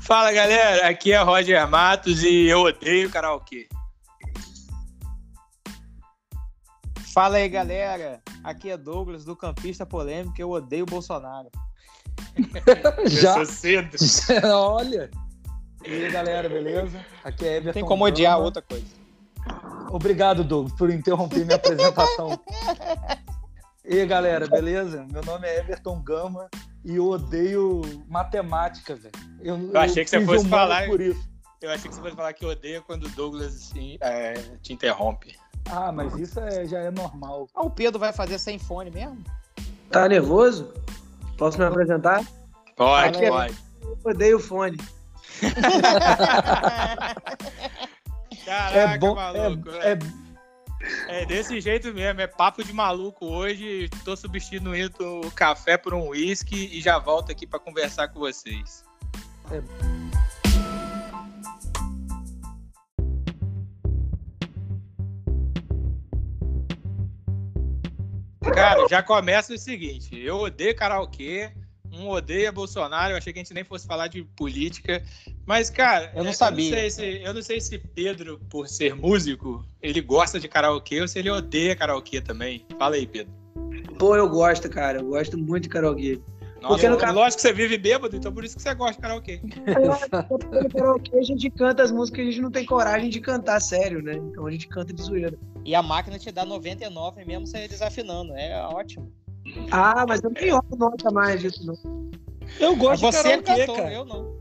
Fala galera, aqui é Roger Matos e eu odeio karaokê. Fala aí, galera. Aqui é Douglas, do Campista Polêmico. Eu odeio o Bolsonaro. Já. Começou cedo. é Olha. E aí, galera, beleza? Aqui é Everton. Tem como odiar Gama. outra coisa. Obrigado, Douglas, por interromper minha apresentação. E aí, galera, beleza? Meu nome é Everton Gama e eu odeio matemática, velho. Eu, achei que você fiz fosse humano falar- Por isso. Eu achei que você fosse falar que odeia quando o Douglas assim, é, te interrompe. Ah, mas isso é- já é normal. Ah, o Pedro vai fazer sem fone mesmo? Tá nervoso? Posso me apresentar? Pode, Fala aí. pode. Eu odeio o fone. Caraca, é bom. maluco. é- É, é é desse jeito mesmo, é papo de maluco hoje. Tô substituindo o café por um uísque e já volto aqui pra conversar com vocês. Cara, já começa o seguinte: eu odeio karaokê, um odeia Bolsonaro. Eu achei que a gente nem fosse falar de política, mas, cara, é, Eu não sabia. Eu não, sei se, eu não sei se Pedro, por ser músico, ele gosta de karaokê ou se ele odeia karaokê também. Fala aí, Pedro. Pô, eu gosto, cara. Eu gosto muito de karaokê. Nossa, no cara- lógico que você vive bêbado, então por isso que você gosta de karaokê. É, No karaokê a gente canta as músicas que a gente não tem coragem de cantar sério, né? Então a gente canta de zoeira. E a máquina te dá 99 mesmo você desafinando. É ótimo. Ah, mas eu não tenho nota mais disso, né? não. Eu Mas gosto você é de cantou, karaokê, cara. eu não.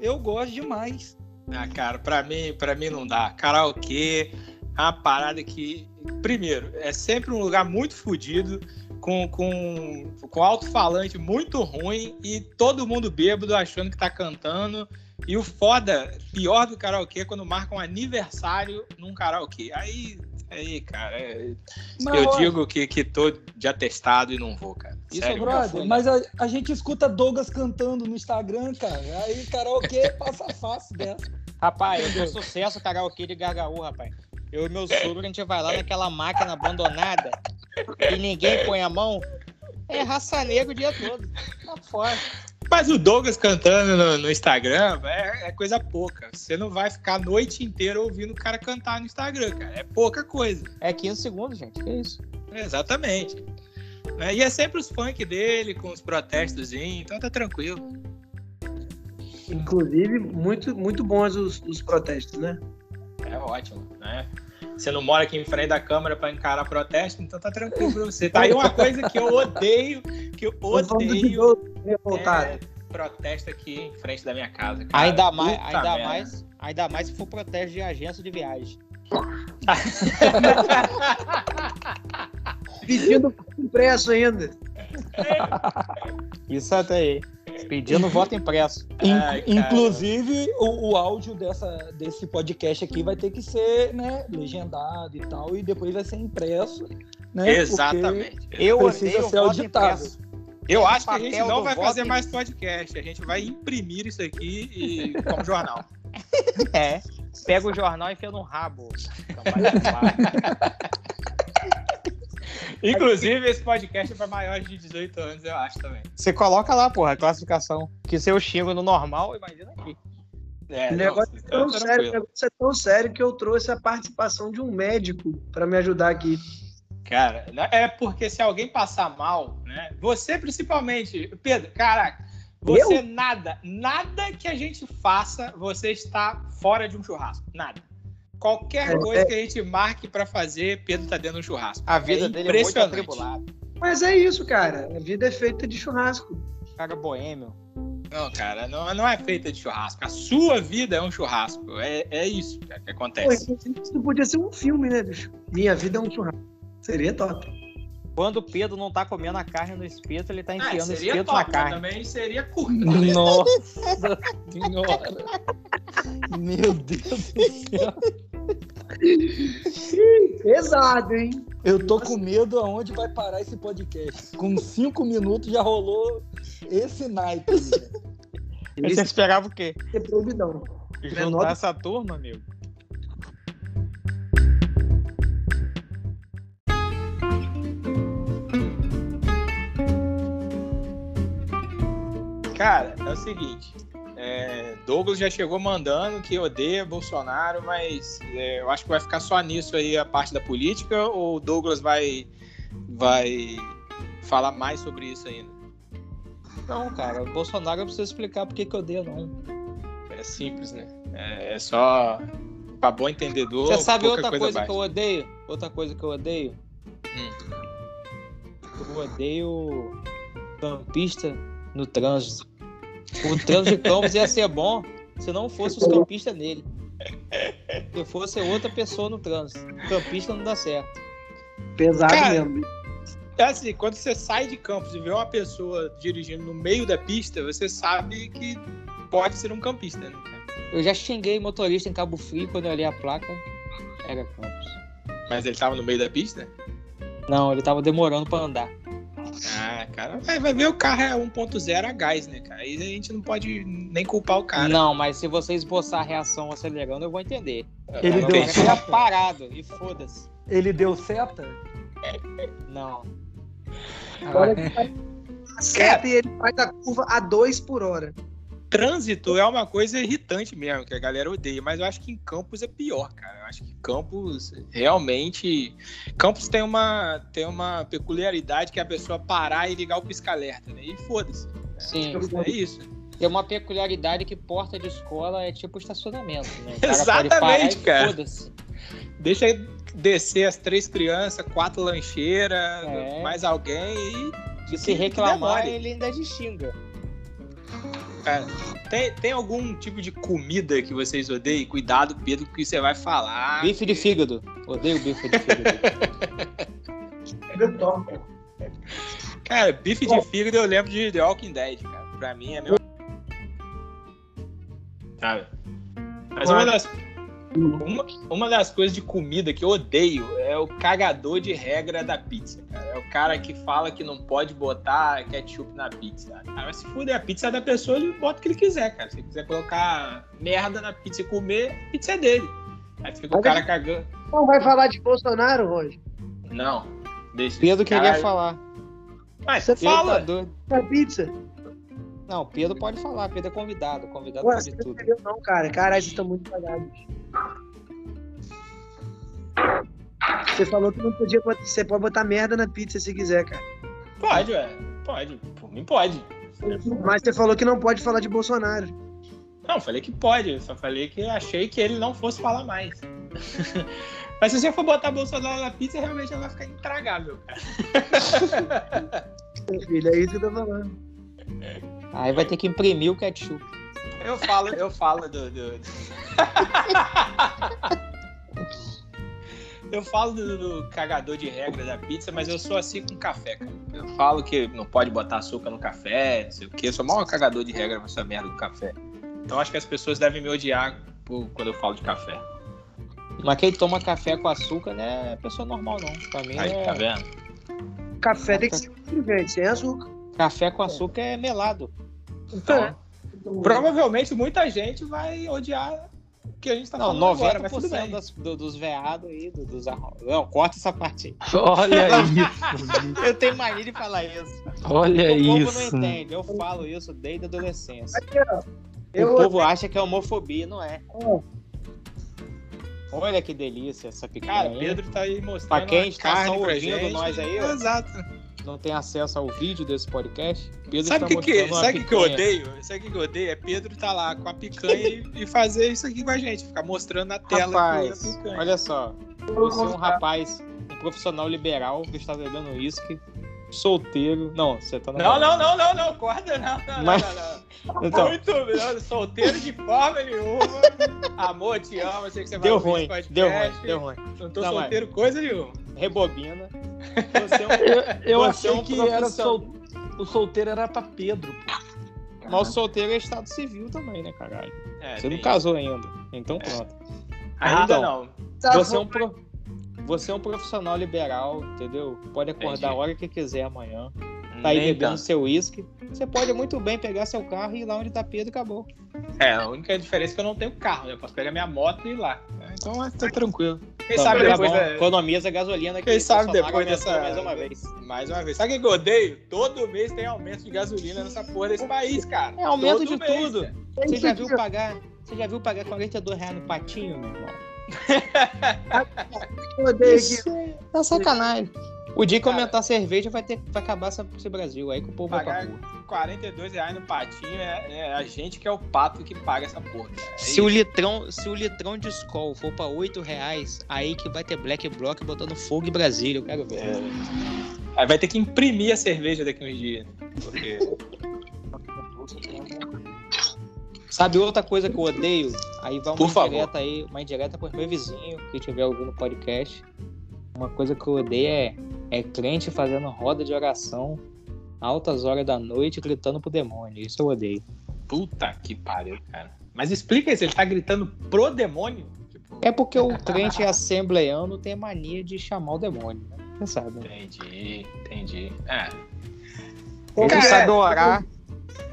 Eu gosto demais. Ah, cara, pra mim, pra mim não dá. Karaokê é uma parada que, primeiro, é sempre um lugar muito fodido, com, com, com alto-falante muito ruim e todo mundo bêbado achando que tá cantando. E o foda, pior do karaokê, é quando marca um aniversário num karaokê. Aí, aí cara, é- Mas, eu ó, digo que, que tô de atestado e não vou, cara. Isso é Sério, brother. meu. Brother, mas a, a gente escuta Douglas cantando no Instagram, cara. Aí karaokê passa fácil dessa. Rapaz, eu sou sucesso karaokê de gargaú, rapaz. Eu e meu sogro, a gente vai lá naquela máquina abandonada e ninguém põe a mão. É raça negra o dia todo. Tá fora. Mas o Douglas cantando no, no Instagram é, é coisa pouca. Você não vai ficar a noite inteira ouvindo o cara cantar no Instagram, cara. É pouca coisa. É 15 segundos, gente. Que isso? Exatamente. Né? E é sempre os funk dele, com os protestos, então tá tranquilo. Inclusive, muito, muito bons os, os protestos, né? É ótimo, né? Você não mora aqui em frente da câmera pra encarar protesto, então tá tranquilo pra você. Tá aí uma coisa que eu odeio, que eu Não vamos do de odeio. novo, né, revoltado. É protesto aqui em frente da minha casa. cara. Ainda mais, Puta ainda merda. mais, ainda mais se for protesto de agência de viagem. Pedindo impresso ainda. Isso até aí. Pedindo voto impresso. In- Ai, cara. inclusive, o, o áudio dessa, desse podcast aqui vai ter que ser né, legendado e tal, e depois vai ser impresso. É, Né, Exatamente. Eu Precisa odeio ser voto auditável. impresso. Eu acho que a Papel gente não do vai voto fazer em- mais podcast. A gente vai imprimir isso aqui e como jornal. É. Pega o jornal e enfia no rabo. Cambalha do mar. Inclusive, esse podcast é para maiores de 18 anos, eu acho também. Você coloca lá, porra, a classificação. Que se eu xingo no normal, imagina aqui. É, O não, negócio é então tão tá sério, o tranquilo. negócio é tão sério que eu trouxe a participação de um médico pra me ajudar aqui. Cara, né, é porque se alguém passar mal, né? Você principalmente, Pedro, caraca, você nada, nada que a gente faça, você está fora de um churrasco. Nada. Qualquer É, coisa que a gente marque para fazer, Pedro tá dentro de um churrasco. A vida dele é muito impressionante. atribulada. Mas é isso, cara. A vida é feita de churrasco. um Cara boêmio. Não, cara, não, não é feita de churrasco. A sua vida é um churrasco. É, é isso cara, que Pô, é, acontece. isso não podia ser um filme, né, bicho? Minha vida é um churrasco. Seria top. Quando o Pedro não tá comendo a carne no espeto, ele tá Ah, enfiando o seria espeto top, na mas carne. também seria curto. Nossa senhora. Meu Deus do céu. Pesado, hein? Eu tô com medo aonde vai parar esse podcast. Com cinco minutos já rolou esse naipe. né? Mas Você esperava o quê? Isso é proibidão. Juntar essa turma, amigo? Cara, é o seguinte. é, Douglas já chegou mandando que odeia Bolsonaro, mas é, eu acho que vai ficar só nisso aí a parte da política ou o Douglas vai, vai falar mais sobre isso ainda? Não, cara, o Bolsonaro eu preciso explicar porque que eu odeio, não. É simples, né? É, é só para bom entendedor. Você sabe pouca outra coisa, que basta. eu odeio? Outra coisa que eu odeio? Eu odeio campista no trânsito. O trânsito de Campos ia ser bom se não fosse os campistas nele. Se fosse outra pessoa no trânsito. Campista não dá certo. Pesado Cara, mesmo. É assim, quando você sai de campos e vê uma pessoa dirigindo no meio da pista, você sabe que pode ser um campista, né? Eu já xinguei motorista em Cabo Frio quando eu olhei a placa. Era Campos. Mas ele tava no meio da pista? Não, ele tava demorando pra andar. Ah, cara, vai, vai ver o carro é 1.0 a gás, né, cara? Aí a gente não pode nem culpar o cara. Não, mas se você esboçar a reação acelerando, eu vou entender. Ele Agora deu eu Entendi. ficar certo? parado e foda-se. Ele deu seta? Não. Agora ele faz- acerta e ele faz a curva a 2 por hora. Trânsito é uma coisa irritante mesmo, que a galera odeia, mas eu acho que em Campos é pior, cara. Eu acho que Campos realmente. Campos tem uma, tem uma peculiaridade que é a pessoa parar e ligar o pisca-alerta, né? E foda-se. Sim. É isso. Tem uma peculiaridade que porta de escola é tipo estacionamento, né? O Exatamente, parar e cara. Foda-se. Deixa descer as três crianças, quatro lancheiras, É. mais alguém e E Que- que se reclamar, demore. ele ainda é te xinga. Cara, tem, tem algum tipo de comida que vocês odeiam? Cuidado, Pedro, com o que você vai falar. bife de fígado. Odeio bife de fígado. Cara, bife de fígado eu lembro de The Walking Dead, cara. Pra mim é meu. Sabe? Mas uma das, uma, uma das coisas de comida que eu odeio é o cagador de regra da pizza, cara. É o cara que fala que não pode botar ketchup na pizza. Cara, mas se fuder a pizza é da pessoa, ele bota o que ele quiser, cara. Se ele quiser colocar merda na pizza e comer, a pizza é dele. Aí fica o Mas cara cagando. Não vai falar de Bolsonaro, Roger? Não. Deixa Pedro queria Caralho. falar. Mas Você Pedro tá fala. doido. Da é pizza? Não, Pedro pode falar. Pedro é convidado. Convidado Ué, pode você não tudo. entendeu não, cara. Caralho, vocês estão muito cagados. Você falou que não podia botar, você pode botar merda na pizza se quiser, cara. Pode, ué. Pode. Por mim pode. Mas você falou que não pode falar de Bolsonaro. Não, falei que pode. eu Só falei que eu achei que ele não fosse falar mais. Mas se você for botar Bolsonaro na pizza, realmente ela vai ficar intragável, cara. Meu filho, é isso que eu tô falando. Aí vai ter que imprimir o ketchup. Eu falo, eu falo do. do- Eu falo do, do cagador de regra da pizza, mas eu sou assim com café, cara. Eu falo que não pode botar açúcar no café, não sei o quê. Eu sou o maior cagador de regra pra essa merda do café. Então acho que as pessoas devem me odiar por- quando eu falo de café. Mas quem toma café com açúcar não é pessoa normal, não. Pra mim, Aí, é- tá vendo? Café tem que ser refrigerante, sem açúcar. café com açúcar é melado. Tá. Então, provavelmente muita gente vai odiar o que a gente tá Não, falando agora, mas 90% tudo bem. das- do- dos veados aí, do- dos arro- Não, corta essa parte Olha isso. aí. Eu tenho mania de falar isso. É Olha o povo isso. não entende, eu falo isso desde a adolescência. Aqui, ó. Eu o povo acha que é homofobia, não é. Olha que delícia essa Cara, picanha. hein? É, Pedro tá aí mostrando Pra quem a é está carne só pra ouvindo gente. nós aí, ó. Exato. Não tem acesso ao vídeo desse podcast. Pedro Sabe está o que, que, mostrando uma sabe o que que eu picanha. odeio? Sabe o que que eu odeio? É Pedro tá lá com a picanha e, e fazer isso aqui com a gente, ficar mostrando na tela que Rapaz, é a picanha. olha só. Você é um rapaz, um profissional liberal que está bebendo uísque, solteiro. Não, você tá na. Não, não, não, não, não, corda não, não, Mas- não, não, não. Então, Muito melhor, solteiro de forma nenhuma. Amor, te amo, eu sei que você vai deu ouvir ruim, esse podcast. deu ruim, deu ruim. Não tô Não, mas- solteiro coisa nenhuma. Rebobina. Você é um Eu Você achei é um que era profissional. sol- o solteiro era pra Pedro. pô. Mas o solteiro é estado civil também, né, caralho? É, Você não bem, É. casou ainda. Então pronto. Ainda Então, não. tá Você é bom. um pro- você é um profissional liberal, entendeu? Pode acordar Entendi. a hora que quiser amanhã. Tá aí Nem bebendo tanto. seu uísque. Você pode muito bem pegar seu carro e ir lá onde tá Pedro e acabou. É, a única diferença é que eu não tenho carro, né? Eu posso pegar minha moto e ir lá. Então é, tá tranquilo. Quem Tá sabe bom, depois. tá bom. da- Economiza gasolina aqui. Quem sabe Bolsonaro depois aumentou dessa. Mais uma vez. Mais uma vez. Sabe o que eu odeio? Todo mês tem aumento de gasolina nessa porra desse país, cara. É aumento Todo de mês, tudo. cara. Você isso já aqui, viu pagar? Você já viu pagar 42 reais no patinho, meu irmão? Eu odeio aqui. Isso é tá sacanagem. O dia que aumentar a cerveja vai, ter, vai acabar essa- esse Brasil. Aí que o povo vai pra Pagar rua. 42 reais no patinho é, é a gente que é o pato que paga essa porra. cara. É Se o, isso. litrão, se o litrão de Skol for pra 8 reais, aí que vai ter Black Block botando fogo em Brasília. Eu quero ver. É. Aí vai ter que imprimir a cerveja daqui uns dias. né? Porque... Sabe outra coisa que eu odeio? Aí vai uma Por favor. indireta aí, uma indireta pro meu vizinho que estiver ouvindo o podcast. Uma coisa que eu odeio é, é crente fazendo roda de oração altas horas da noite gritando pro demônio. Isso eu odeio. Puta que pariu, cara. Mas explica isso, ele tá gritando pro demônio? Tipo, É porque o crente assembleano tem mania de chamar o demônio, né? Você sabe. né? entendi, entendi. É, Ele Cara, sabe orar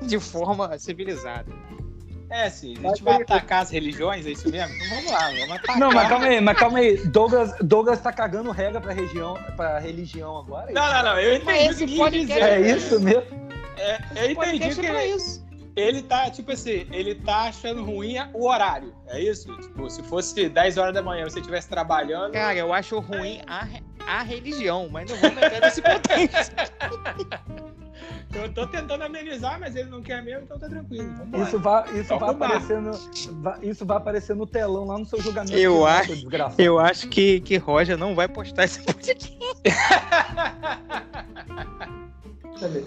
de forma civilizada. é sim, a gente vai atacar as religiões, é isso mesmo? Então vamos lá, vamos atacar. Não, mas calma aí, mas calma aí. Douglas, Douglas tá cagando regra pra, região, pra religião agora? Não, não, não, eu entendi esse o que pode podcast- dizer. É isso mesmo? É, eu entendi Podcast que é pra isso. ele tá, tipo assim, ele tá achando ruim o horário, é isso? Tipo, se fosse 10 horas da manhã, você estivesse trabalhando... Cara, eu acho ruim a, re- a religião, mas não vamos entrar nesse contexto. Eu tô tentando amenizar, mas ele não quer mesmo, então tá tranquilo. Vamos Isso vai, isso, Só vai pro bar. aparecer no, vai- isso vai aparecer no telão lá no seu julgamento. Eu final, acho- seu desgraçado. Eu acho que, que Roger não vai postar esse podcast.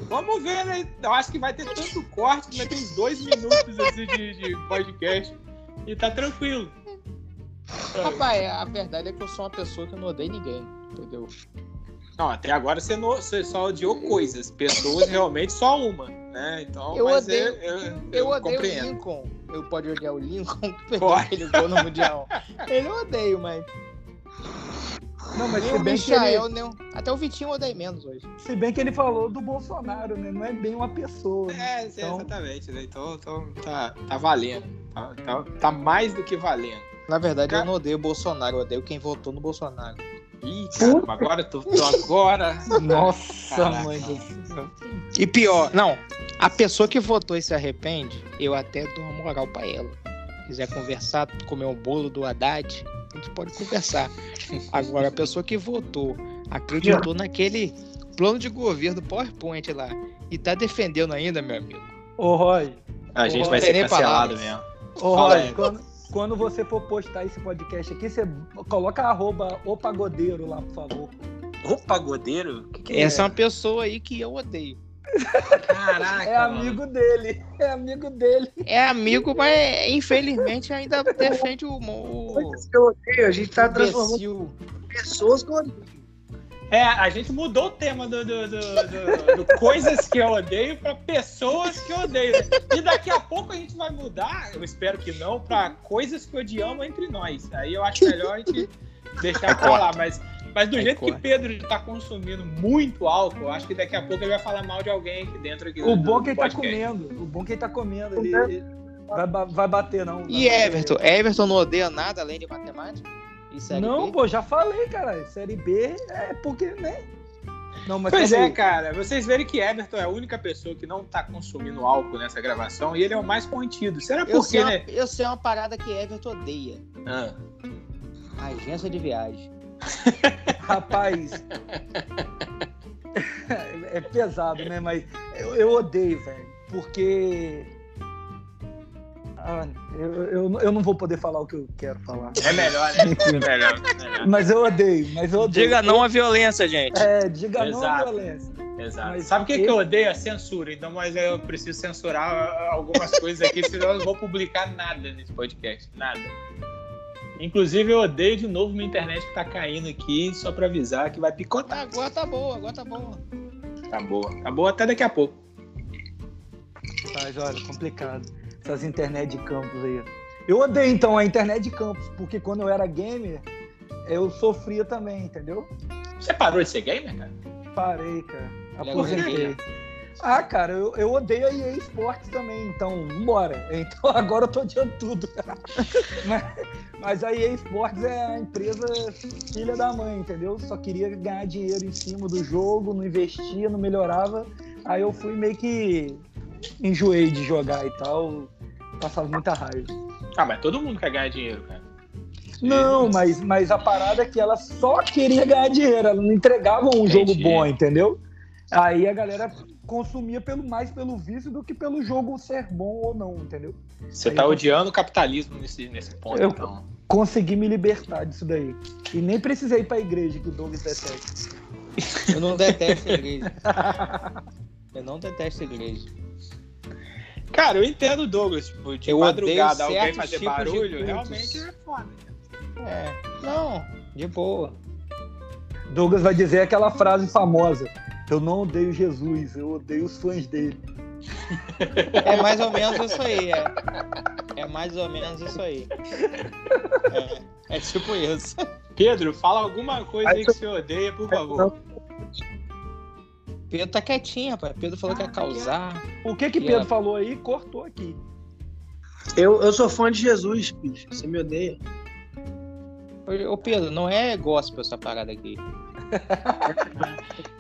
Vamos ver, né? Eu acho que vai ter tanto corte que vai ter uns dois minutos assim, de, de podcast. E tá tranquilo. Rapaz, a verdade é que eu sou uma pessoa que não odeio ninguém, entendeu? Não, até agora você, não- você só odiou coisas. Pessoas realmente só uma, né? Então, Eu mas odeio- eu, eu, eu Eu odeio compreendo. o Lincoln. Eu pode odiar o Lincoln, que perdeu Pode. aquele gol no Mundial. Ele eu odeio, mas Não, mas nem se o bem, que ele, Michael, nem o... até o Vitinho eu odeio menos hoje. se bem que ele falou do Bolsonaro, né? Não é bem uma pessoa. né? É, sim, Então- exatamente. né? Então, então tá, tá valendo. Tá, tá- tá mais do que valendo. Na verdade, Cara- eu não odeio o Bolsonaro, eu odeio quem votou no Bolsonaro. Ih, cara, agora tô, tô agora. Nossa, Caraca. mãe do céu. E pior, não, a pessoa que votou e se arrepende, eu até dou uma moral pra ela. Quiser conversar, comer um bolo do Haddad, a gente pode conversar. Agora, a pessoa que votou, acreditou naquele plano de governo PowerPoint lá e tá defendendo ainda, meu amigo. Ô, Roy, A gente vai Não ser tem nem cancelado palavras. mesmo. ô, Fala Roy aí. quando, quando você for postar esse podcast aqui, você coloca arroba o pagodeiro lá, por favor. O pagodeiro? Que que Essa é uma pessoa aí que eu odeio. é? Caraca. É amigo dele, é amigo dele. É amigo, mas infelizmente ainda defende o. o... Coisas que eu odeio. A gente tá transformando imbecil. pessoas que eu odeio. É, a gente mudou o tema do, do- do- do- do coisas que eu odeio para pessoas que eu odeio. né? E daqui a pouco a gente vai mudar, eu espero que não, para coisas que odiamos entre nós. Aí eu acho melhor a gente deixar pra lá. Mas, mas do Aí jeito que corta. Pedro tá consumindo muito álcool, eu acho que daqui a pouco ele vai falar mal de alguém aqui dentro. Aqui do- O bom do que ele tá podcast. comendo, o bom que ele tá comendo. Ele, ele- vai, ba- vai bater, não. E Everton? Everton não odeia nada além de matemática? E série Não, B? pô, já falei, cara. Série B é porque, né? Não, mas tá Pois calma é, aí. cara. Vocês verem que Everton é a única pessoa que não tá consumindo álcool nessa gravação e ele é o mais contido. Será Eu, por sei quê, uma, né? eu sei uma parada que Everton odeia. Ah. Agência de viagem. Rapaz. é pesado, né? Mas eu, eu odeio, velho. Porque. Ah, eu, eu, eu não vou poder falar o que eu quero falar. É melhor, né? É melhor. é Mas eu odeio, mas eu odeio. não à violência, gente. É, diga não à Exato. violência. melhor. Exato. Mas Sabe o que, que eu- eu odeio? A censura. Então, mas eu preciso censurar ah, algumas coisas aqui, senão eu não vou publicar nada nesse podcast. Nada. Inclusive, eu odeio de novo minha internet que tá caindo aqui, só pra avisar que vai picotar. Agora tá boa, agora tá boa. Tá boa. Tá boa até daqui a pouco. Mas olha, complicado. Essas internet de campos aí. Eu odeio, então, a internet de campos, porque quando eu era gamer, eu sofria também, entendeu? Você parou de ser gamer, cara? Parei, cara. Ele é Aposentei. goleiro. Ah, cara, eu, eu odeio a EA Sports também, então vambora. Então agora eu tô adiando tudo. mas, mas a EA Sports é a empresa filha da mãe, entendeu? Só queria ganhar dinheiro em cima do jogo, não investia, não melhorava. Aí eu fui meio que enjoei de jogar e tal. Passava muita raiva. Ah, mas todo mundo quer ganhar dinheiro, cara. Não, mas, mas a parada é que ela só queria ganhar dinheiro, ela não entregava um Entendi. jogo bom, entendeu? Aí a galera consumia pelo mais pelo vício do que pelo jogo ser bom ou não, entendeu? Você tá odiando o capitalismo nesse, nesse ponto, Eu- então. Consegui me libertar disso daí. E nem precisei ir pra igreja que o Douglas detesta. Eu não detesto a igreja. Eu não detesto a igreja. Cara, eu entendo o Douglas, tipo, de Eu odeio madrugada alguém certos fazer tipos de barulho, cultos. realmente é foda. É. Não, de boa. Douglas vai dizer aquela frase famosa: Eu não odeio Jesus, eu odeio os fãs dele. É mais ou menos isso aí, é. É mais ou menos isso aí. É, é tipo isso. Pedro, fala alguma coisa Mas aí que você odeia, por favor. Pedro tá quietinho, rapaz. Pedro falou que ia causar. O que que E Pedro a- falou aí? Cortou aqui. Eu, eu sou fã de Jesus, bicho. Você me odeia. Ô, ô, Pedro, não é gospel essa parada aqui.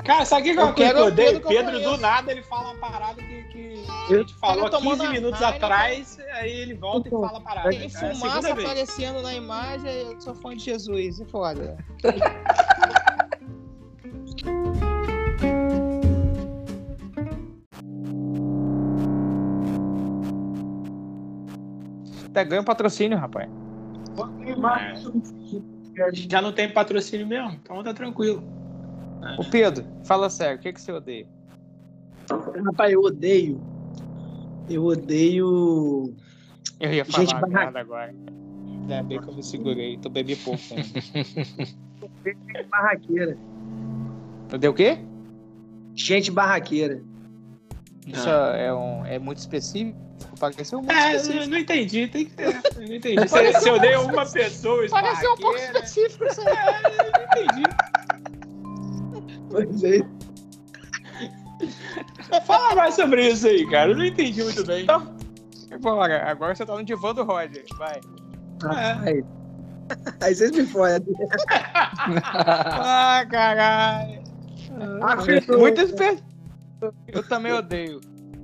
Cara, sabe o que é uma coisa Eu quero que eu o odeio? Pedro que eu Pedro, do conheço. nada, ele fala uma parada que, que a Eu- gente falou há Ele tomou 15 na minutos raia, atrás, aí ele volta e Então, fala a parada. Tem Cara, é a segunda fumaça vez. aparecendo na imagem, eu sou fã de Jesus, e foda. Até ganha um patrocínio, rapaz. É. Já não tem patrocínio mesmo, então tá tranquilo. Ô Pedro, fala sério, o que, que você odeia? Rapaz, eu odeio. Eu odeio. Eu ia Gente, falar barraca. nada agora. É, Ainda bem que eu me segurei, tô bebi pouco. ainda. Barraqueira. Deu o quê? Gente barraqueira. Isso Ah. é, um, é muito específico? Pareceu muito É, específico. eu não entendi, tem que ter. Eu não entendi. Você, você odeia uma pessoa, Pareceu um pouco esbarraqueira. específico isso aí. Eu não entendi. Pois é. Então Fala mais sobre isso aí, cara. Eu não entendi muito bem. Bora, Então, agora você tá no divã do Roger. Vai. Rapaz. Aí vocês me fodem. Ah, caralho. Ah, Afetou. Muito espe... Eu também odeio.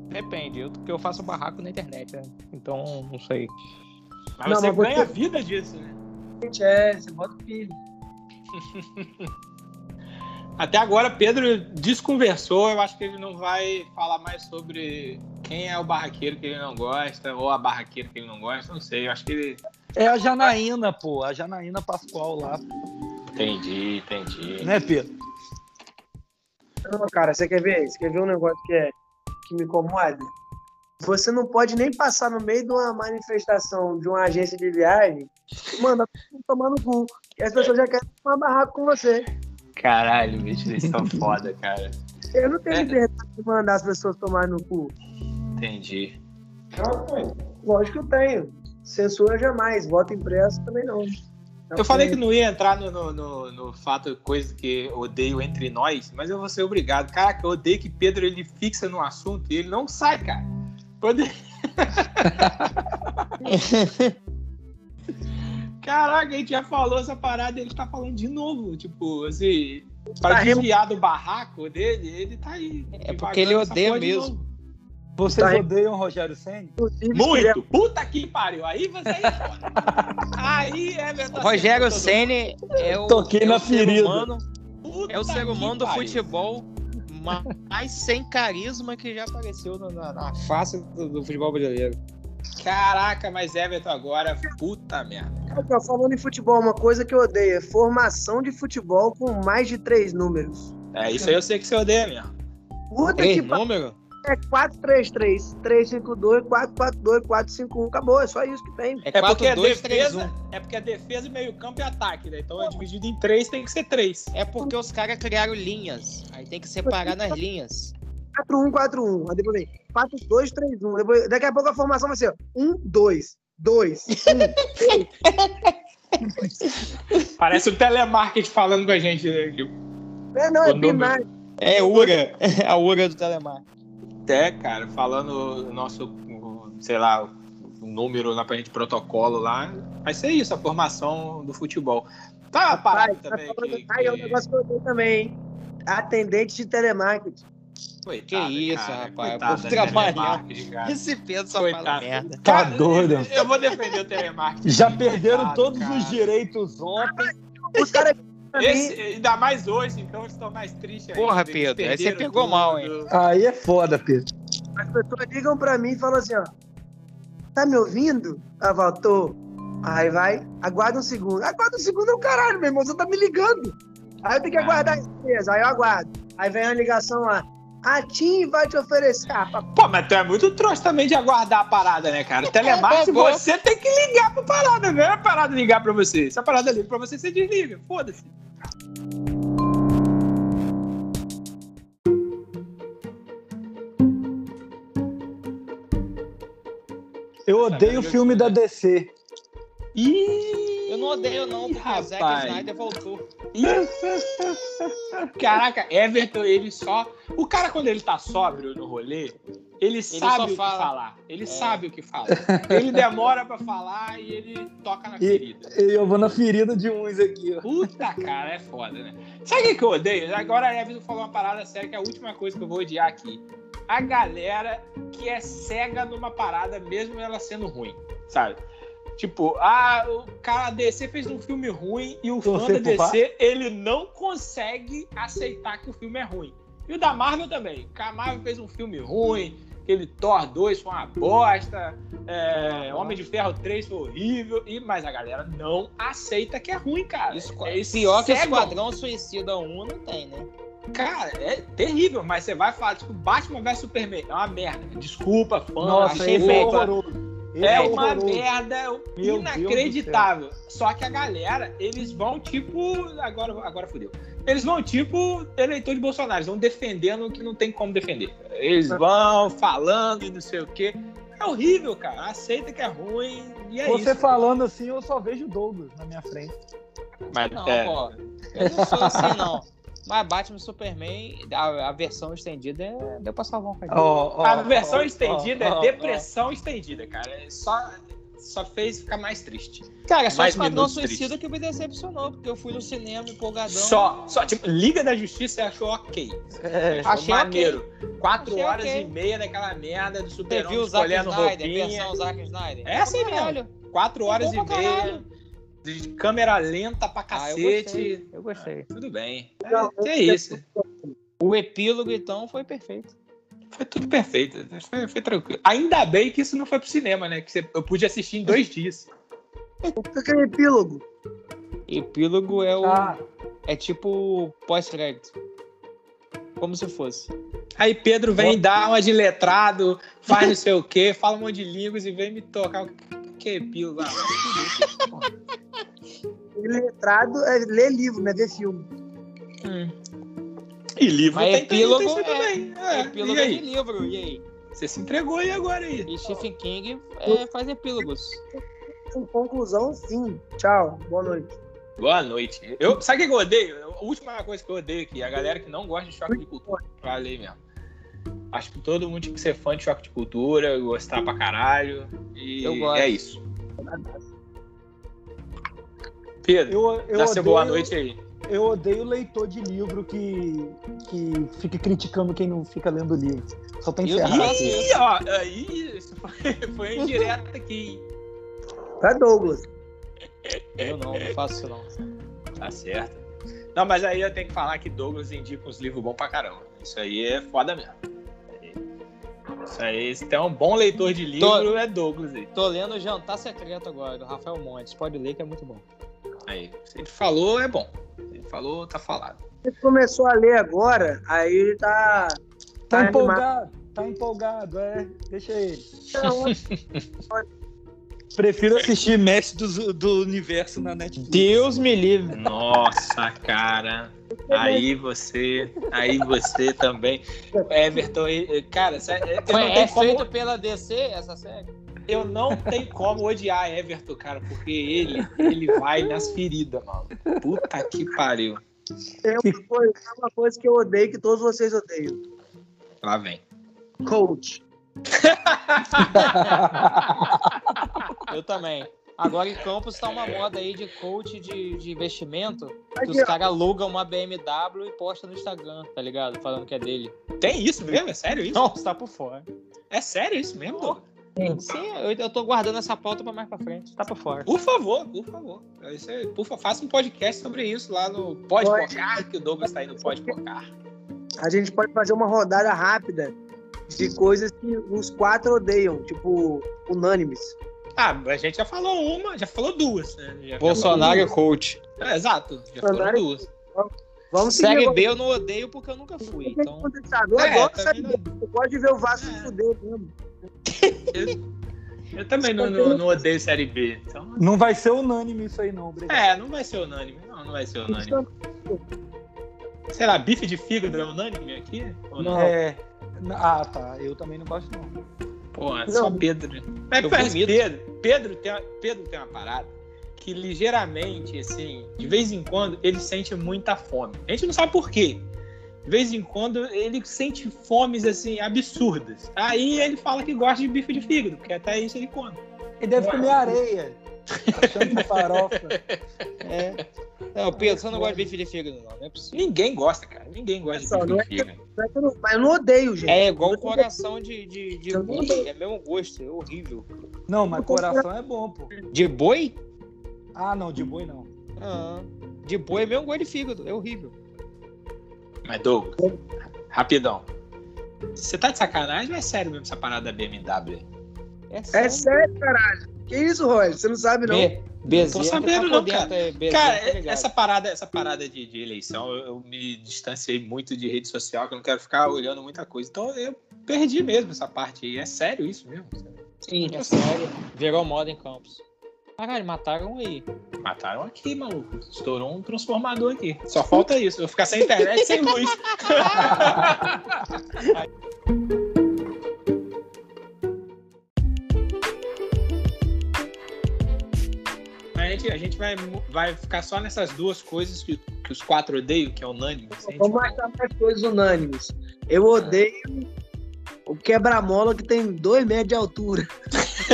Depende, eu, porque eu faço barraco na internet, né? Então, não sei. Mas Não, você mas você- ganha vida disso, né? É, você bota o filho. Até agora, Pedro desconversou. Eu acho que ele não vai falar mais sobre quem é o barraqueiro que ele não gosta, ou a barraqueira que ele não gosta. Não sei. Eu acho que ele. É a Janaína, pô, a Janaína Pascoal lá, Entendi, entendi. né, Pedro? Não, cara, você quer ver? Você quer ver um negócio que, é, que me incomoda? Você não pode nem passar no meio de uma manifestação de uma agência de viagem e mandar todo mundo tomar no cu. E as pessoas já querem tomar barraco com você. Caralho, bicho, eles são foda, cara. Eu não tenho É. liberdade de mandar as pessoas tomar no cu. Entendi. Lógico que eu tenho. Censura jamais. Voto impresso também não. Eu falei que não ia entrar no, no, no, no fato coisa que eu odeio entre nós, mas eu vou ser obrigado. Caraca, eu odeio que Pedro ele fixa no assunto e ele não sai, cara. Quando ele- Caraca, a gente já falou essa parada e ele tá falando de novo. Tipo, assim, pra Tá remo- desviar do barraco dele, ele tá aí. É porque ele divagando essa odeia porra de mesmo. novo. Vocês Tá, hein? odeiam o Rogério Senna? Inclusive, se quiser- Muito! Puta que pariu! Aí você. aí é verdade. Rogério Ceni é o, Toquei é o na ser ferida. humano, Puta é o ser que humano do pariu. futebol ma- mais sem carisma que já apareceu na, na- na face do, do futebol brasileiro. Caraca, mas Everton agora, puta merda. Aqui, ó, Falando em futebol, uma coisa que eu odeio é formação de futebol com mais de três números. É, isso aí eu sei que você odeia mesmo. Puta Ei, que pariu. número? É 4-3-3, 3-5-2, 4-4-2, 4-5-1, acabou, é só isso que tem. É É porque é 4-2-3-1. defesa, é porque é defesa, meio campo e ataque, né? Então é dividido em três, tem que ser três. É porque os caras criaram linhas. Aí tem que separar nas linhas. 4-1-4-1, aí depois vem 4-2-3-1, depois, daqui a pouco a formação vai ser 1-2, 2, 1. Parece o telemarketing falando com a gente. né, Gil? É, não, O é número. binário. É Ura. A Ura do Telemar. É, cara, falando o nosso, o- sei lá, o número lá pra gente, protocolo lá. Vai ser isso, a formação do futebol. Tá uma parada Rapaz, tá também. falando- que- Aí é um que- negócio que eu odeio também, hein? Atendente de telemarketing. Coitado, isso, cara. rapaz, Coitado vou da trabalhar. telemarketing, cara. Esse Pedro só fala Coitado. merda. Cara, Tá doido. eu- Eu vou defender o telemarketing. Já perderam Coitado, todos cara. os direitos ontem. Os caras. pra mim, Esse- ainda mais hoje, então eles estão mais tristes ainda. Porra, Eles Pedro, aí você perderam pegou tudo. mal, hein? Aí é foda, Pedro. As pessoas ligam pra mim e falam assim, ó. Tá me ouvindo? Ah, voltou. Aí vai, aguarda um segundo. Aguarda um segundo é o caralho, meu irmão. Você tá me ligando. Aí eu tenho que aguardar as três, aí eu aguardo. Aí vem uma ligação lá. A Tim vai te oferecer. Ah, pra Pô, mas tu é muito trouxa também de aguardar a parada, né, cara? Telemarketing, bom, bom. você tem que ligar pra parada, não é a parada ligar pra você. Se a parada liga pra você, você desliga. Foda-se. Eu odeio o filme da DC. Ih, Eu não odeio, não, porque o Zack rapaz. Snyder voltou. ih. Caraca, Everton, ele só. O cara, quando ele tá sóbrio no rolê, ele, só sabe o fala. que falar. Ele sabe o que fala. Ele demora pra falar e ele toca na E- ferida. Eu vou na ferida de uns aqui, ó. Puta, cara, é foda, né? Sabe o que que eu odeio? Agora a Everton falou uma parada séria que é a última coisa que eu vou odiar aqui. A galera que é cega numa parada, mesmo ela sendo ruim, sabe? Tipo, ah, o cara a DC fez um filme ruim e o fã Torcer da pro DC, ele não consegue aceitar que o filme é ruim. E o da Marvel também. A Marvel fez um filme ruim, aquele Thor 2 foi uma bosta, é, Homem de Ferro 3 foi horrível, e, mas a galera não aceita que é ruim, cara. Isso, é, eles pior que o cegam. Esquadrão Suicida 1 não tem, né? Cara, é terrível, mas você vai falar, tipo, Batman vs Superman, é uma merda. Desculpa, fã, Nossa, achei esse é feio. horroroso. Esse É uma horroroso. merda Meu inacreditável. Só que a galera, eles vão tipo. Agora, agora fodeu. Eles vão tipo eleitor de Bolsonaro. Eles vão defendendo o que não tem como defender. Eles É. vão falando e não sei o quê. É horrível, cara. Aceita que é ruim. E é Você isso. falando assim, eu só vejo o Douglas na minha frente. Mas, Não, é, pô. Eu não sou assim, não. Mas Batman e Superman, a, a versão estendida é- deu pra salvar um cara. a versão estendida é depressão estendida, cara. É só, só fez ficar mais triste. Cara, é só o Mais Esquadrão minutos Suicida tristes. que me decepcionou, porque eu fui no cinema empolgadão. Só, só, tipo, Liga da Justiça você achou ok. É. Achou Achei maneiro. Quatro Achei horas ok. e meia daquela merda do Você super viu o Zack escolhendo Snyder, roupinha. versão Zack Snyder. Essa aí Pô, mesmo. caralho. Quatro horas e Bom pra meia caralho. de câmera lenta pra Ah, eu cacete. gostei. Eu gostei. Tudo bem. Não, É, é isso. O epílogo, então, foi perfeito. Foi tudo perfeito. Foi, foi tranquilo. Ainda bem que isso não foi pro cinema, né? Que você- eu pude assistir em dois dias. aquele é epílogo. Epílogo é o. Ah, É tipo pós-crédito. Como se fosse. Aí Pedro vem dar uma de letrado, faz não sei o quê, fala um monte de línguas e vem me tocar. um Que ah. pílula. Letrado é ler livro, não é ver filme. E livro Mas tem, tem, tem epílogo isso é- também. É, epílogo e é aí? de livro, e aí? Você se entregou aí agora aí. E Stephen King é, faz epílogos. Com conclusão, fim. Tchau, boa noite. Boa noite. Eu, sabe o que que eu odeio? A última coisa que eu odeio aqui, a galera que não gosta de choque de cultura. Falei mesmo. Acho que todo mundo tinha que ser fã de choque de cultura, gostar pra caralho. E Eu gosto. é isso. Pedro, eu, eu dá seu boa odeio- noite aí. Eu odeio leitor de livro que, que fica criticando quem não fica lendo livro. Só pra Eu- encerrar. faço Ih, ó, aí, isso foi, foi indireta aqui. hein? Pra Douglas. Eu não, não faço isso não. Tá certo. Não, mas aí eu tenho que falar que Douglas indica uns livros bons pra caramba. Isso aí é foda mesmo. Isso aí, se tem um bom leitor de livro, Tô- é Douglas aí. Tô lendo Jantar Secreto agora, do Rafael Montes. Pode ler que é muito bom. Aí, se ele falou, é bom. Se ele falou, tá falado. Ele começou a ler agora, aí ele tá. Tá animado. empolgado, tá empolgado, é. Deixa ele. Não, Prefiro assistir Mestre do, do Universo na Netflix. Deus me livre. Nossa, cara. Aí você, aí você também. Everton, eh, cara, sé- eh, eu não, Foi, é tenho como, feito pela DC essa série? eu não tenho como odiar Everton, cara, porque ele, ele vai nas feridas, mano. Puta que pariu. tem uma coisa, tem uma coisa que eu odeio, que todos vocês odeiam. Lá vem. Coach. Eu também. Agora em Campos tá uma moda aí de coach de, de investimento, que Aqui, os ó. caras alugam uma BMW e postam no Instagram, tá ligado? Falando que é dele. Tem isso mesmo? É sério isso? Não, você tá por fora. É sério isso mesmo, Douglas? Sim, eu, eu tô guardando essa pauta pra mais pra frente. Tá por fora. Por favor, por favor. Isso é- por favor, faça um podcast sobre isso lá no Pode Pode. Pocar, que o Douglas tá aí no Pode Pocar. A gente pode fazer uma rodada rápida de coisas que os quatro odeiam, tipo, unânimes. Ah, a gente já falou uma, já falou duas. Né? Já- já Bolsonaro é coach. falou- É, exato, já Bolsonaro- foram duas. Vamos seguir. Série agora. B eu não odeio porque eu nunca fui, Tem que então... contestar. Agora, É, agora também sabe, você pode ver o Vasco É. fuder mesmo. Eu também não, não- não odeio Série B. Então... Não vai ser unânime isso aí, não. Obrigado. É, não vai ser unânime. Não, não vai ser unânime. Sei lá, bife de fígado é unânime aqui? Ou não? É. Ah, tá. Eu também não gosto, não. Pô, é só Não. Pedro. né? Mas, Eu mas vomito. Pedro, Pedro, tem uma, Pedro tem uma parada que ligeiramente, assim, de vez em quando, ele sente muita fome. A gente não sabe por quê. De vez em quando ele sente fomes assim absurdas. Aí ele fala que gosta de bife de fígado, porque até isso ele come. Ele deve comer areia. Achando que é farofa. É. Não, Pedro, você não gosta de bife de fígado, não. Não é possível. Ninguém gosta, cara. Ninguém gosta Pessoal, de não bife é de fígado. Mas eu não- Mas eu não odeio, gente. É igual o coração de, de, de Eu não odeio. boi. É mesmo gosto, é horrível. Não, mas coração é bom, pô. De boi? Ah, não, de boi não. Ah, de boi é mesmo gosto de fígado, é horrível. Mas, Douglas, rapidão. Você tá de sacanagem ou é sério mesmo essa parada da BMW? É sério, caralho. Que isso, Roger? Você não sabe, não. Be Bezerra Tô sabendo tá por não, dentro, cara. é, Bezerra, Cara, tá ligado. essa parada, essa parada de, de eleição, eu, eu me distanciei muito de rede social, que eu não quero ficar olhando muita coisa. Então eu perdi mesmo essa parte aí. É sério isso mesmo? Sim, é sério. Virou moda em Campos. Caralho, mataram um aí. Mataram aqui, maluco. Estourou um transformador aqui. Só falta isso. Eu vou ficar sem internet, e sem luz. A gente, a gente vai, vai ficar só nessas duas coisas que, que os quatro odeiam, que é unânime. assim, a gente Vamos achar mais coisas unânimes. Eu odeio o quebra-mola que tem dois metros de altura.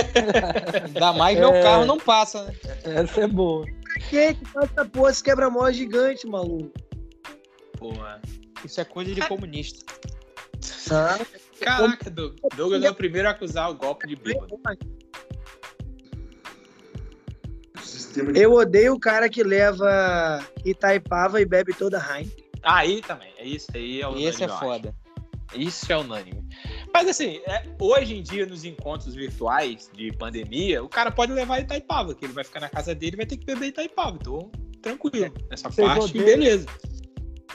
Ainda mais que meu carro não passa, né? Essa é boa. Quem é que faz essa porra? Esse quebra-mola é gigante, maluco. Porra. Isso é coisa de comunista. Caraca, Doug- Douglas é o primeiro a acusar o golpe de bêbado. Sistema Eu odeio o cara que leva Itaipava e bebe toda a Heineken. Aí também, é isso aí. É unânime, Esse é eu acho. foda. Isso é unânime. Mas assim, é, hoje em dia, nos encontros virtuais de pandemia, o cara pode levar Itaipava, que ele vai ficar na casa dele e vai ter que beber Itaipava. Então, tranquilo. Nessa Vocês parte, odeiam- beleza.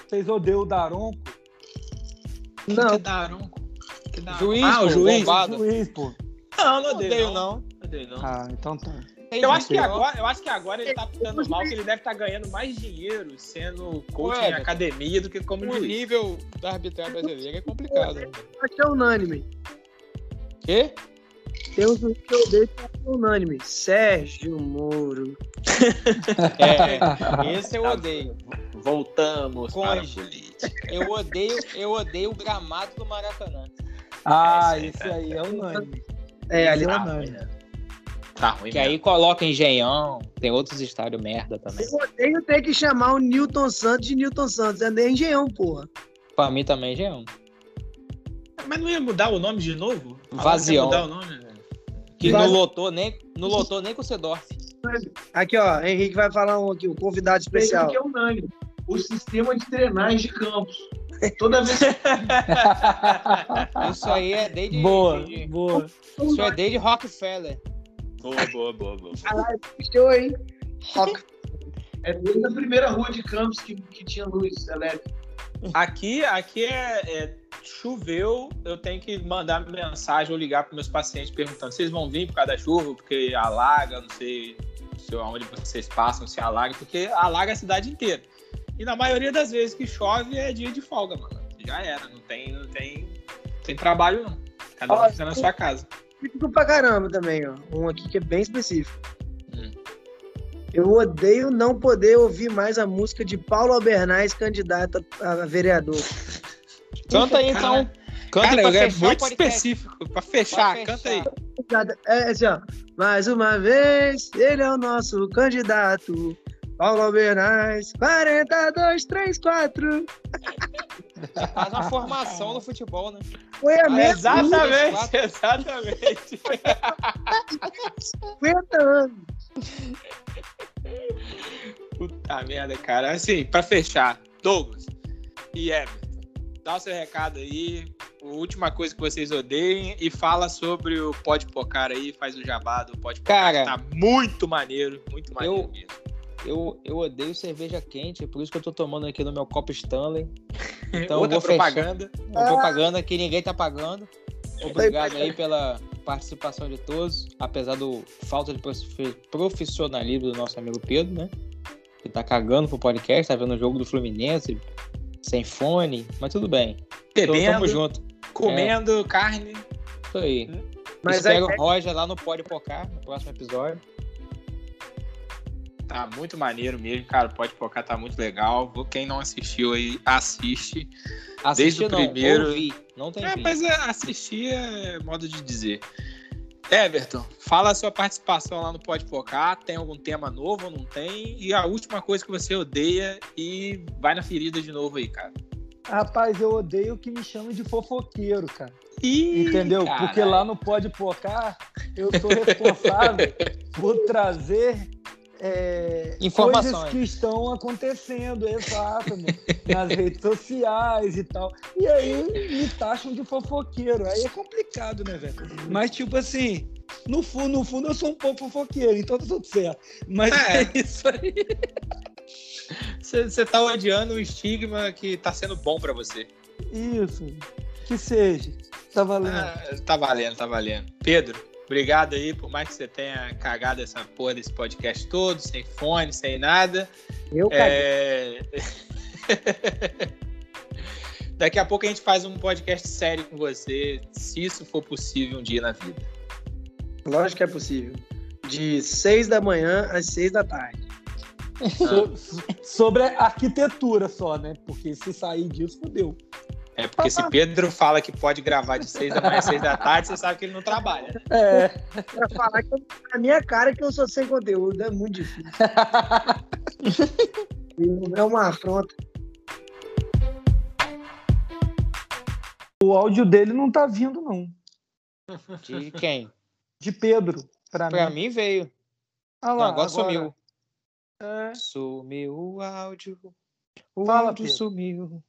Vocês odeiam o Daronco? Não. Que daronco. Que daronco. Juiz, ah, o pô, juiz. bombado. Juiz, pô. Não, não Não odeio, odeio, não. não. Não odeio, não. Ah, então tá. Eu acho, que agora, eu acho que agora ele tá pitando mal, que ele deve estar ganhando mais dinheiro sendo coach Ué, em academia do que como O juiz. nível da arbitragem brasileira é complicado. né? Acho que é unânime. Quê? Tem um juiz que eu odeio que é unânime. Sérgio Moro. É, esse eu odeio. Voltamos para a Conge. política. Eu odeio, eu odeio o gramado do Maracanã. Ah, Essa é- esse aí é unânime. É, ali Tá Não, ruim, né? Tá ruim Que mesmo. aí coloca engenhão. Tem outros estádios merda também. Eu odeio ter que chamar o Newton Santos de Newton Santos. É nem engenhão, porra. Pra mim também é engenhão. Mas não ia mudar o nome de novo? Falaram que ia Vazião. mudar o nome, né? Que não Vale. lotou nem, não lotou nem com o Sedorf. Aqui, ó. Henrique vai falar um aqui, um convidado especial. que é unânime. O sistema de drenagem de campos. Toda vez que Isso aí é desde. Boa, de- boa. isso é desde Rockefeller. Boa, boa, boa, boa. Show, hein? Rock. é desde a primeira rua de campos que, que tinha luz elétrica. Aqui, aqui é, é- choveu, eu tenho que mandar mensagem ou ligar para meus pacientes perguntando: vocês vão vir por causa da chuva? Porque alaga, não sei se onde vocês passam, se alaga, porque alaga a cidade inteira. E na maioria das vezes que chove é dia de folga, mano. Já era, não tem, não tem, não tem trabalho não. Cada um Olha, fica na sua casa. específico Tipo pra caramba também, ó. Um aqui que é bem específico. Hum. Eu odeio não poder ouvir mais a música de Paulo Albernaz, candidato a vereador. Canta aí Cara, então. Canta Cara, pra é fechar o muito podcast. específico. Pra fechar, Pra canta aí. fechar. É assim, ó. Mais uma vez, ele é o nosso candidato. Paulo Albernaz, 42234. Faz uma É. formação no futebol, né? Foi a meta Exatamente, É exatamente. de 50 anos. Puta merda, cara. Assim, pra fechar, Douglas e Everton, dá o seu recado aí, a última coisa que vocês odeiem e fala sobre o Pode Pocar aí, faz o jabá do Pode Pocar. Cara, Tá muito maneiro, muito maneiro Eu- mesmo. Eu, eu odeio cerveja quente, é por isso que eu tô tomando aqui no meu copo Stanley. Então eu Outra vou fechar. propaganda. Ah. Uma propaganda que ninguém tá pagando. Obrigado aí pela participação de todos, apesar do falta de profi- profissionalismo do nosso amigo Pedro, né? Que tá cagando pro podcast, tá vendo o jogo do Fluminense, sem fone, mas tudo bem. Então, tamo Bebendo, junto. comendo carne. Isso aí. Mas Espero aí- o Roger lá no Pode Pocar, no próximo episódio. Tá muito maneiro mesmo, cara. Pode focar, tá muito legal. Quem não assistiu aí, assiste. Desde o Assistir não, primeiro- ouvi. Não tem É, vídeo. mas é, assistir é modo de dizer. Everton, fala a sua participação lá no Pode Focar. Tem algum tema novo ou não tem? E a última coisa que você odeia e vai na ferida de novo aí, cara. Rapaz, eu odeio que me chamem de fofoqueiro, cara. Ih, Entendeu? Porque caralho. lá no Pode Pocar, eu sou responsável por trazer é, Informações. coisas que estão acontecendo, exato, mano, nas redes sociais e tal. E aí me taxam de fofoqueiro. Aí é complicado, né, velho? Mas, tipo assim, no fundo, no fundo, eu sou um pouco fofoqueiro, então tá tudo certo. Mas É. é, isso aí. Você você tá odiando o estigma que tá sendo bom pra você. Isso. Que seja. Tá valendo. Ah, tá valendo, tá valendo. Pedro, obrigado aí, por mais que você tenha cagado essa porra desse podcast todo, sem fone, sem nada. Eu caguei. É... Daqui a pouco a gente faz um podcast sério com você, se isso for possível um dia na vida. Lógico que é possível. De 6 da manhã às 6 da tarde. So- so- sobre a arquitetura só, né? Porque se sair disso, fodeu. É porque se Pedro fala que pode gravar de seis da manhã às seis da tarde, você sabe que ele não trabalha. É. Pra falar que eu, na minha cara que eu sou sem conteúdo, é muito difícil. É uma afronta. O áudio dele não tá vindo, não. De quem? De Pedro, pra, né? Pra mim. mim veio. Ah Não, agora sumiu. É. Sumiu o áudio. O Fala, áudio Pedro. sumiu.